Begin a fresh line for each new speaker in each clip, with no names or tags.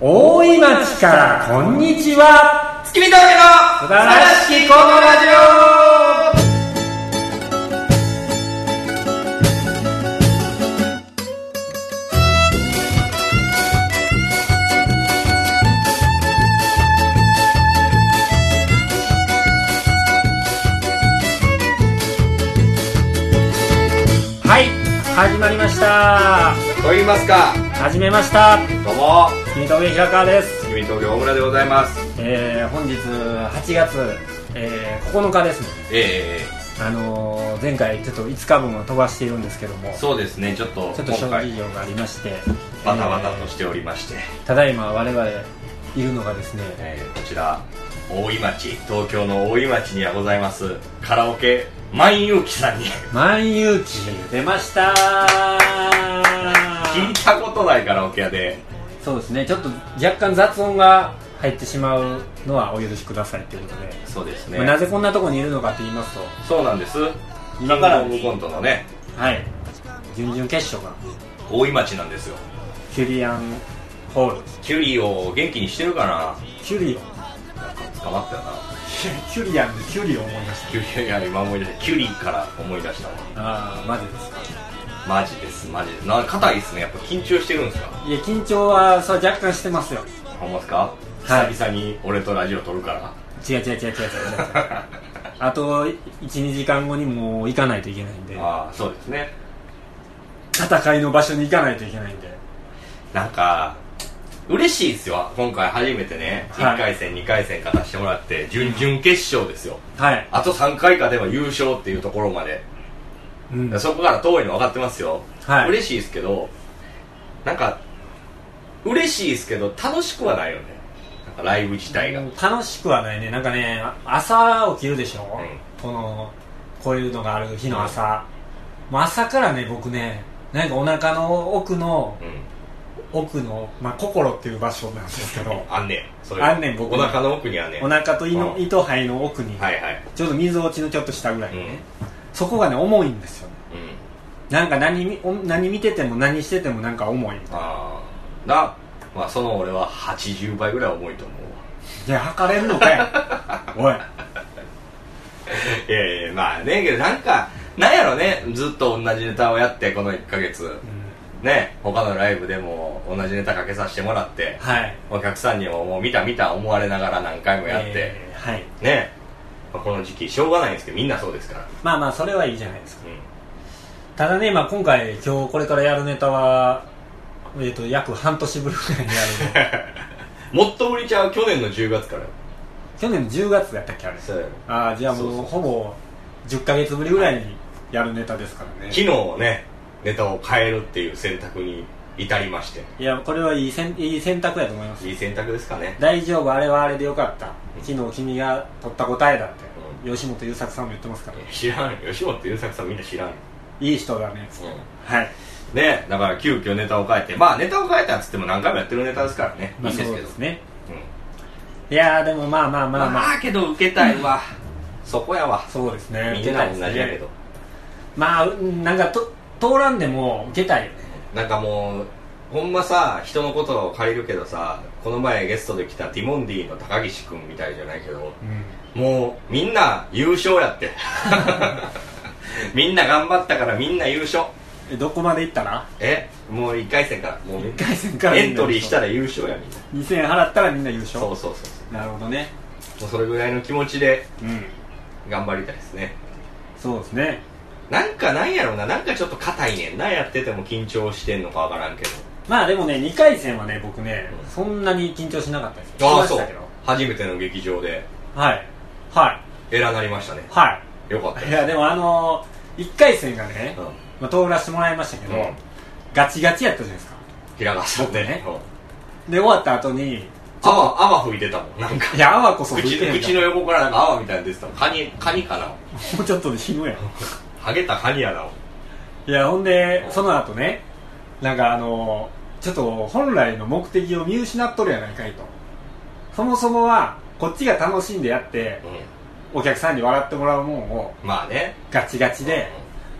大井町からこんにちは
月見峠の素
晴らしきこのラジはい始まりました
オと言いますか
始めました
どうも
君と上平川です、
月見峠大村でございます
えー、本日8月、えー、9日ですね
え
あのー前回ちょっと5日分は飛ばしているんですけども
え
ち
そうですねちょっと
ょっと諸
今回
事情がありまして
バタバタとしておりまして、
えーただいま我々いるのがですね
えーこちら大井町東京の大井町にはございますカラオケ万有機 さんに
万有機出ました
聞いたことないカラオケ屋で
そうですねちょっと若干雑音が入ってしまうのはお許しくださいということで、
そうです
まあなぜこんなとこにいるのかと言いますと
そうなんですキン
今
グオ
から
ブコントのね
はい準々決勝が
大井町なんですよ
キュリアンホール
キュリーを元気にしてるかな
キュリオン
なんか捕まったよな
キュリアンでキュリを思いました
キュリーいや今思い出したキュリーから思い出したわ
ああマジですか
マジですマジですな硬いですねやっぱ緊張してるんですか
いや緊張はそう若干してますよ
ほんまですか、
はい
久々に俺とラジオ撮るから
違う違う違う違う違う違う あと12時間後にもう行かないといけないんで
ああそうですね
戦いの場所に行かないといけないんで
なんか嬉しいですよ今回初めてね、
はい
1回戦2回戦勝たしてもらって準々決勝ですよ
はい、
あと3回かでも優勝っていうところまで
うん、
そこから遠いの分かってますよ、
はい
嬉しいですけどなんか嬉しいですけど楽しくはないよねなんかライブ自体が、
楽しくはないねなんかね朝起きるでしょ、
う
このこういうのがある日の朝、もう朝からね僕ねなんかお腹の奥の
うん
奥の、まあ、心っていう場所なんですけ ど
あんねんそれ
あんねん僕
お腹の奥にあんねん
お腹と胃の
うん
胃と肺の奥に、
はいはい
ちょうど水落ちのちょっと下ぐらい
うん
ね、そこがね重いんですよね
うん
なんか何みお何見てても何しててもなんか重い
ああなまあその俺は80倍ぐらい重いと思
い
うわ
や測れるのかやおい
いやいやまあねけどなんかなんやろねずっと同じネタをやってこの1ヶ月ね他のライブでも同じネタかけさせてもらって
はい
お客さんにももう見た見た思われながら何回もやって、
えーはい
ねまあこの時期しょうがないんですけどみんなそうですから
まあまあそれはいいじゃないですか
うん
ただね、まあ、今回今日これからやるネタは、えー、と約半年ぶりぐらいにやる
もっと売りちゃう去年の10月から
去年の10月やったっけあれ
そうやろ
ああじゃあもう
そうそう
ほぼ10ヶ月ぶりぐらいにやるネタですからね
昨日ねネタを変えるっていう選択に至りまして
いやこれはいいせんいい選択やと思います
いい選択ですかね
大丈夫あれはあれでよかった昨日君が取った答えだって、吉本優作さんも言ってますから
知らんよ吉本優作さんみんな知らんよ、
いい人だねはい
ねだから急遽ネタを変えてまあネタを変えたっつっても何回もやってるネタですからね、
まあ
いいんです
そう
け
で
ど
すね
うん
いやーでもまあまあま
ま
あ
あ、
まあ、
けど受けたいわそこやわ
そうですね受
みん
けた
ない
ですね
同じやけど、
まあうんなんかと通らんでも受けたいよね
なんかもうほんまさ人の言葉を借りるけどさこの前ゲストで来たティモンディの高岸君みたいじゃないけどもうみんな優勝やって みんな頑張ったからみんな優勝
えどこまで行ったら
えもう1回戦からもう
1回戦から
エントリーした
ら
ら優勝やみんな
2000円払ったらみんな優勝
そうそうそう
なるほどね
もうそれぐらいの気持ちで
うん
頑張りたいですね
そうですね
なんかなんやろうななんかちょっと硬いねんなやってても緊張してんのかわからんけ
まあでもね2回戦はね僕ね
うん
そんなに緊張しなかったです
ど
しましたけど
初めての劇場で
はいは
エラなりましたね
いは
よかった
いいやでもあのー、1回戦がね
う、ん
まあ、通らせてもらいましたけど、
うん
ガチガチやったじゃないですか
平川さんで
ね
ね
で終わった後に
泡泡吹いてたもんなんか
いや泡こそ吹い
口
て
の
ん
口
だ
の横からなんか泡みたいなの出てたもんカニカニかな
もうちょっとで死ぬやん
ハゲたカニやない
やほんでその後ねなんかあのちょっと本来の目的を見失っとるやないかいとそもそもはこっちが楽しんでやって
う
お客さんに笑ってもらうもんを
んまあね
ガチガチで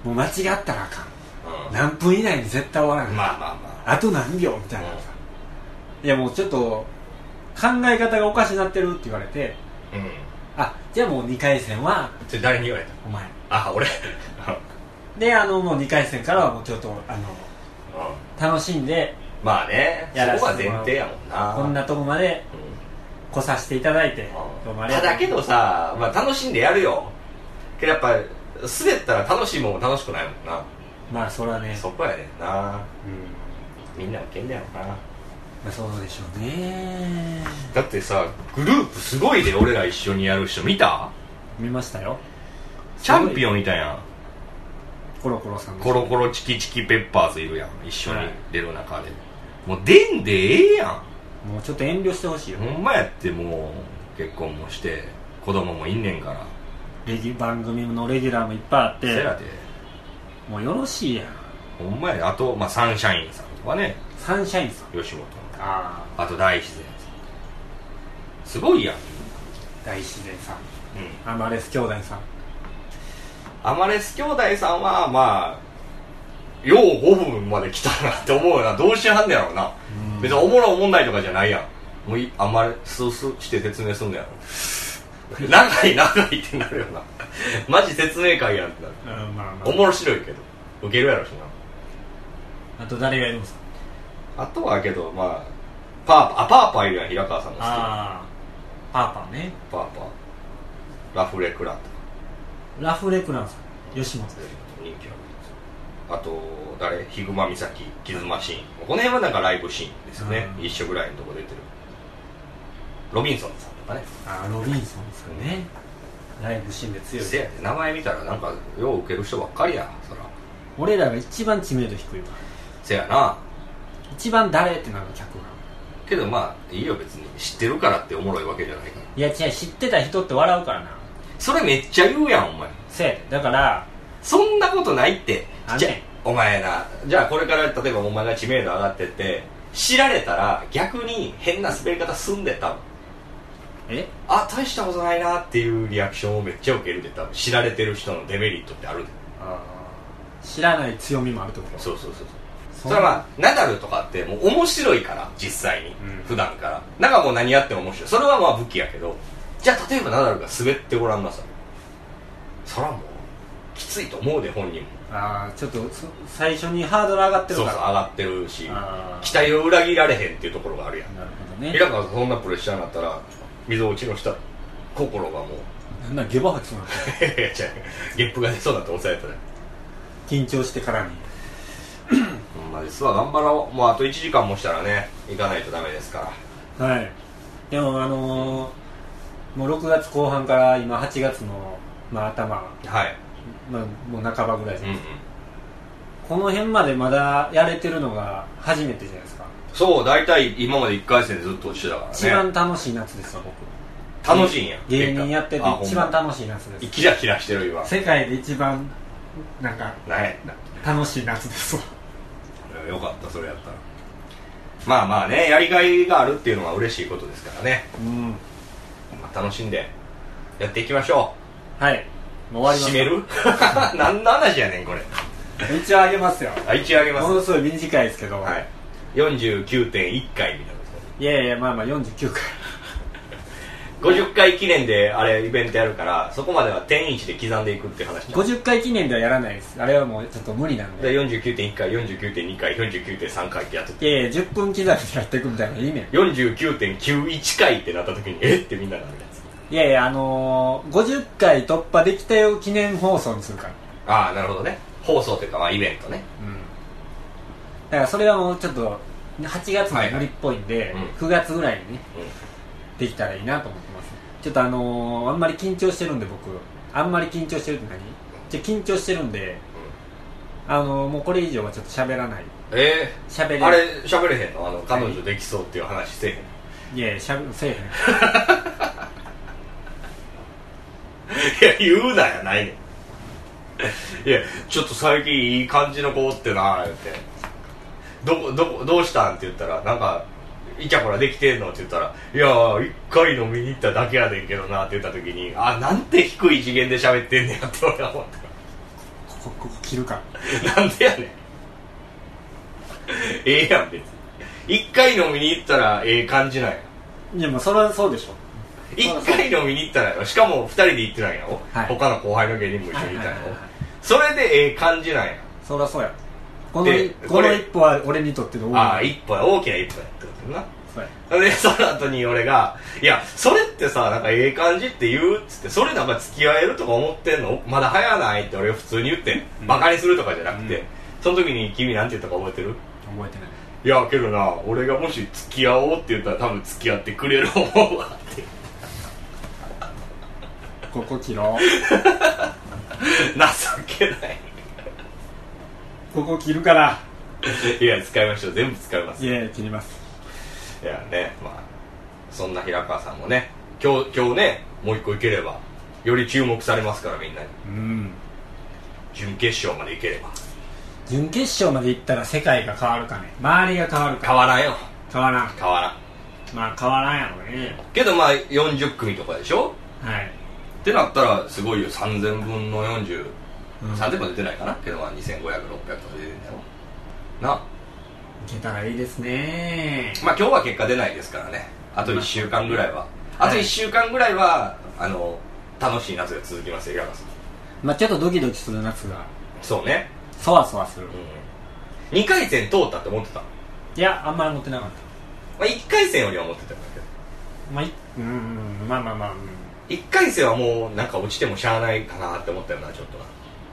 もう間違ったらあかん
うん
何分以内に絶対終わらない、
まあまあま
あと何秒みたいなさ、いやもうちょっと考え方がおかしになってるって言われて
うん
あじゃあもう2回戦は
それ誰に言われ
お前
たあ俺
であのもう2回戦からはもうちょっとあの
うん
楽しんで
まあね
やら
そ
せ
こ
てもらう
が前提やもんな
こんなとこまで来させていただいてどうもあ
うん
りが
た
とう
だけどさ、まあ、楽しんでやるよけどやっぱ滑ったら楽しいもんも楽しくないもんな
まあそれはね
そこやねんな
うん
みんな受けんねやろな
まあそうでしょうね
だってさグループすごいで俺ら一緒にやる人見た
見ましたよ
チャンピ
ン
オンいたやん
コロコロさん
コロコロチキチキペッパーズいるやん一緒に出る中で、もう出んでええやん
もうちょっと遠慮してほしいよ、
ほんまやってもう結婚もして子供もいんねんから
レギュ番組のレギュラーもいっぱいあっ
せ
て
やで
もうよろしいやん
ほんまやであと、まあ、サンシャインさんとかね
サンシャインさん
吉本の
あ
あと大自然さんすごいやん
あ大自然さん
うん
アマレス兄弟さん
アマレス兄弟さんはまあよう5分まで来たなって思うよなどうしはんねやろうな、
うん
別におもろいおもんないとかじゃないやんもういアマレススして説明すんのやろ長い長いってなるよなマジ説明会やんってなる
うんまあま
おもろしろいけどウケるやろし
ああと誰がいるんですか
なあとはけどまあパーパーあパーパーいるやん平川さんの好きな
ああパーパーね
パーパーラフレクランとか
ラフレクランさん吉本
人気あるあと誰ヒグマ岬キズマシーンこの辺はなんかライブシーンですよね、
うん
一緒ぐらいのとこ出てるロビンソンさんとかね
ああロビンソンさんねライブシーンで強い
せやで名前見たらなんかよう受ける人ばっかりやそら
俺らが一番知名度低いわ
せやな
一番誰ってなる客が
けどまあいいよ別に知ってるからっておもろいわけじゃないから
いや違う知ってた人って笑うからな
それめっちゃ言うやんお前
せやでだから
そんなことないって
あん
じ
ね
ゃ
ん
お前なじゃあこれから例えばお前が知名度上がってって知られたら逆に変な滑り方すんで多分
え
あ大したことないなっていうリアクションをめっちゃ受けるで多分知られてる人のデメリットってあるで
あー知らない強みもあるってこと
そうそうそう
そ
それはまあナダルとかってもう面白いから実際に、
うん
普段からなんかもう何やっても面白いそれはまあ武器やけどじゃあ例えばナダルが滑ってごらんなさいそらもうきついと思うで本人も
ああちょっとそ最初にハードル上がって
そうそ
る
う
か
上
ら
がってるし
あー
期待を裏切られへんっていうところがあるやん
なるほどね
平川がそんなプレッシャーになったら溝落ちの下心がもう
なんならゲバ吐きそうなの
いやいや違うゲップが出そうだって抑えたら
緊張してからに
ほんまですわ頑張ろうもうあと1時間もしたらね行かないとダメですから
はいでもあのー、もう6月後半から今8月の、まあ、頭、
はい
まあ、もう半ばぐらいじゃ
う
ない
ん、うん、
この辺までまだやれてるのが初めてじゃないですか
そう大体今まで1回戦ずっとしてたからね
一番楽しい夏ですわ僕
楽しいんや
芸人やってて
あほんま
一番楽しい夏です
キラキラしてる今
世界で一番なんか
ね
楽しい夏ですわ
よかったそれやったらまあまあねやりがいがあるっていうのは嬉しいことですからね、
うん
まあ、楽しんでやっていきましょ
はいもう終
う
わります
締める 何の話やねんこれ
一応あげますよ
あ一応あげま
も
す
のすごい短いですけど、
はい49.1回みたいなこと
い、やいやまあまあ49回
50回記念であれイベントやるからそこまでは天一で刻んでいくって話じゃん
50回記念ではやらないですあれはもうちょっと無理なん
で
で
49.1回49.2回49.3回ってやっとって
いやいや10分刻みでやっていくみたいなのいいねん
49.91回ってなった時にえってみんななるやつ
いやいやあのー、50回突破できたよ記念放送にするから
ああなるほどね放送というかまあイベントね
うんだからそれはもうちょっと8月の無理っぽいんで、
いはいうん
9月ぐらいにね
うん
できたらいいなと思ってますちょっとあのー、あんまり緊張してるんで僕あんまり緊張してるって何じゃあ緊張してるんであのー、もうこれ以上はちょっと喋らない
え
喋れ
えあれ喋れへんのあの彼女できそうっていう話せえへん
いやいやしゃべせえへん
いや言うなやないねんいやちょっと最近いい感じの子おってなーってどこどこどうしたんって言ったらなんかイチャコラできてんのって言ったら「いやー一回飲みに行っただけやねんけどな」って言った時に「あなんて低い次元で喋ってんねや」って俺は思っ
ここ ここ切るか
たなんでやねんええやん別に一回飲みに行ったらええ感じなんや
いやもうそれはそうでしょ
一回飲みに行ったらよしかも二人で行ってないやろ、
はい
他の後輩の芸人も一緒にい
はい
たやろ、
はいはいはい
それでええ感じなんや
そりゃそうやこの
で
いこ
こ
の
れ
一歩は俺にとっての大き
ああ
な
一歩や大きな一歩やってことやな
そうや
でその後に俺が「いやそれってさなんかええ感じって言う」っつって「それなんか付き合えるとか思ってんのまだ早ない」って俺が普通に言って
うん
バカにするとかじゃなくて、
うん
その時に君なんて言ったか覚えてる
覚えてない
いやけどな俺がもし付き合おうって言ったら多分付き合ってくれる思うわって
ここ切ろ
情けないう
ここ切るから
いや使いましょう全部使います
いやいや切ります
いやねまあそんな平川さんもね今日今日ねもう一個いければより注目されますからみんなに
うん
準決勝までいければ
準決勝まで行ったら世界が変わるかね周りが変わるか
変わらんよ
変わらん
変わらん
まあ変わらんやろね
けどまあ40組とかでしょ
はい、
ってなったらすごいよ3000分の403000
うん、
分出てないかなけどまあ2500600とか出てるんだろなあ
いけたらいいですね
まあ今日は結果出ないですからねあと1週間ぐらいはあと1週間ぐらいはあの楽しい夏が続きますよ平川さん
まあちょっとドキドキする夏が
そうね
そわそわする
うん2回戦通ったって思ってた、ま
いやあんまり思ってなかっ
あ、1回戦よりは思ってたんだけど
たまあいうんうんまあまあまあ
1回戦はもうなんか落ちてもしゃあないかなって思ったよなちょっとな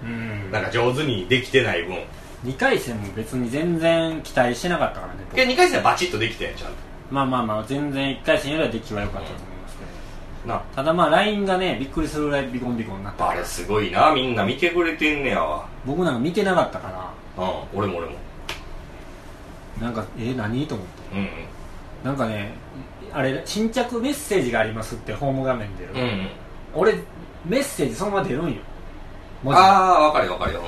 うん、うん、
なんか上手にできてない分
2回戦も別に全然期待してなかったからね僕
けど2回戦はバチッとできたやんちゃんと
まあまあまあ全然1回戦よりは出来は良かったと思いますけど、
なあ
ただまあラインがねびっくりするぐらいビコンビコンになった
あれすごいなみんな見てくれてんねやわ
僕なんか見てなかったから
うん俺も俺も
なんかえ何と思って
うん
なんかねあれ新着メッセージがありますってホーム画面出る、
うんうん
俺メッセージそのまま出るんよ文字が
ああ分かるよ分かるよ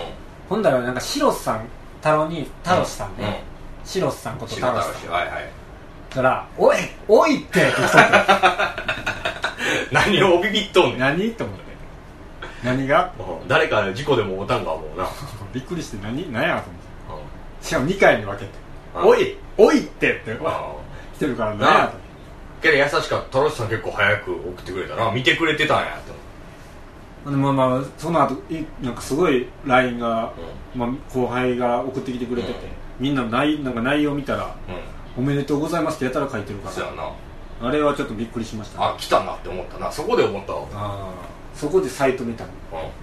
ほんだらなんかシロスさん太郎に太郎さん
う
ね、
ん
シロスさんこと
白
太
田
郎さん
氏はいはい
から「おいおい!」って来た
何をビビっとんねん
何と思って何が
うん誰か事故でもおたんか思うな
びっくりして何何やと思ってしかも2回に分けて「
うん
おいおい!」ってって
うん
来てるから何やと思って
けど優しかった太郎氏さん結構早く送ってくれたな見てくれてたんやと
でまあまあその後いなんかすごい LINE が、まあ、後輩が送ってきてくれてて、
うん
みんな内なんか内容見たら
うんうん
「おめでとうございます」ってやたら書いてるか
そうや
ら
な
あれはちょっとびっくりしました、ね、
あ来たなって思ったなそこで思ったわうん
あーそこでサイト見たの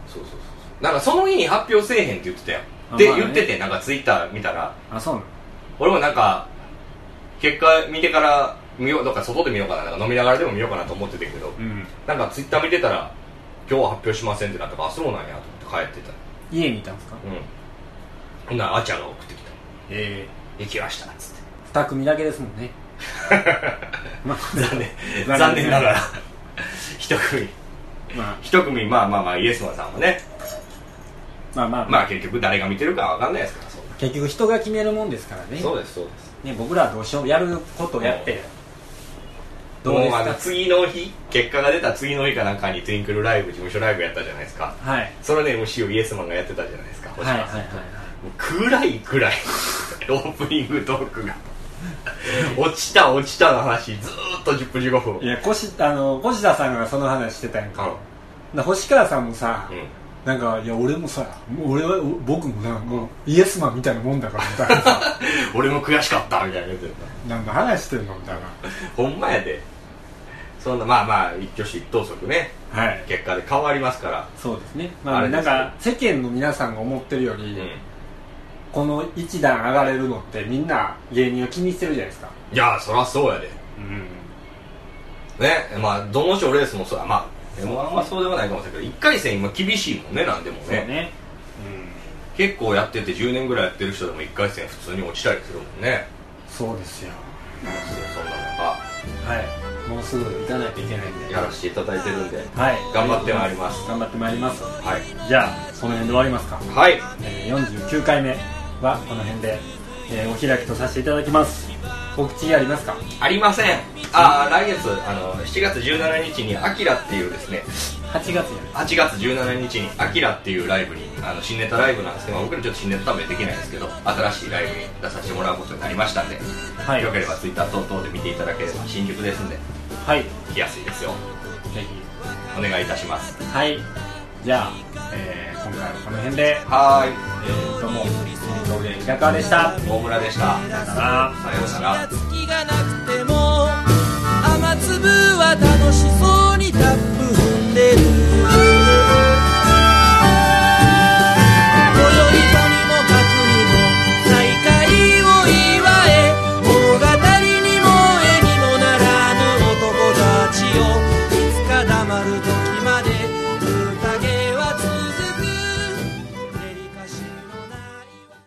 そうそうそうそうなんかその日に発表せえへんって言ってたやん
あ
って
まあね
言っててなんかツイッター見たら
あそうなの
俺もなんか結果見てから見ようとか外で見ようかななんか飲みながらでも見ようかなと思ってたけど
うん
なんかツイッター見てたら今日は発表しませんってなったからあそうなんやと思って帰ってた
家にいたんですか
うんほんならあちゃが送ってきた
え
「行きました」っつって
え2組だけですもん ねまあ
残念 残念ながら一組
まあ
一組まあまあまあイエスマンさんもね
まあまあ、まあ、
まあ結局誰が見てるかわかんないですからそんな
結局人が決めるもんですからね
そうですそうです
ね僕らはどうしようやることをやってどう
も
で
うあの
す
次の日結果が出た次の日かなんかにツインクルライブ事務所ライブやったじゃないですか
かはい
それね MC をイエスマンがやってたじゃないですか
はいはいはい
も
はいう
暗い暗いオープニングトークが落ちた落ちたの話ずーっと10分15
い
分
や、こし、あの、越田さんがその話してたやんか。
う
な星川さんもさ、
んうん
なんか、いや、俺もさ、もう俺は、お僕もな、もう、イエスマンみたいなもんだから、みたいな さ、
俺も悔しかったみたいな言うてた
なんか話してんのみたい
ほんまやでそんなまあまあ一挙手一投足ね
な。はい。
結果で変わりますから
そうですね。まあ、
あれで
な
す
んか、世間の皆さんが思ってるより、
うん
この一段上がれるのって、みんな芸人を気にしてるじゃないですか。
いやそらそうやで
うん。
ねまあどの賞レースもそうだまあ m 1はそうではないかもしれないけど1回戦今厳しいもんねなんでも
そう
ね
ね。
結構やってて10年ぐらいやってる人でも1回戦普通に落ちたりするもんね
うん。そうですよ。
そんな中
はい。もうすぐ行かないといけないんで。
やらせていただいてるんで
はい。
頑張ってまいります
頑張ってまいります。
はい
じゃあ、この辺で終わりますか。
はい
えー49回目はこの辺で、えーお開きとさせていただきます告知ありますか
ありませんああ来月あの7月17日に「アキラっていうですね
8月やね
8月17日に「アキラっていうライブにあの新ネタライブなんですけど、まあ僕らちょっと新ネタ多分できないんですけど新しいライブに出させてもらうことになりましたんで、
はい
よければ Twitter 等々で見ていただければ新宿ですんで
はいぜ
来やすいですよ
ひ
お願いいたします
はいじゃあ、えー今回はこの辺で、
は
えー、どうも表現平川でした
ーい大村でした
さよなら
さようなら
月がなくても雨粒は楽しそうにタップ踏んでる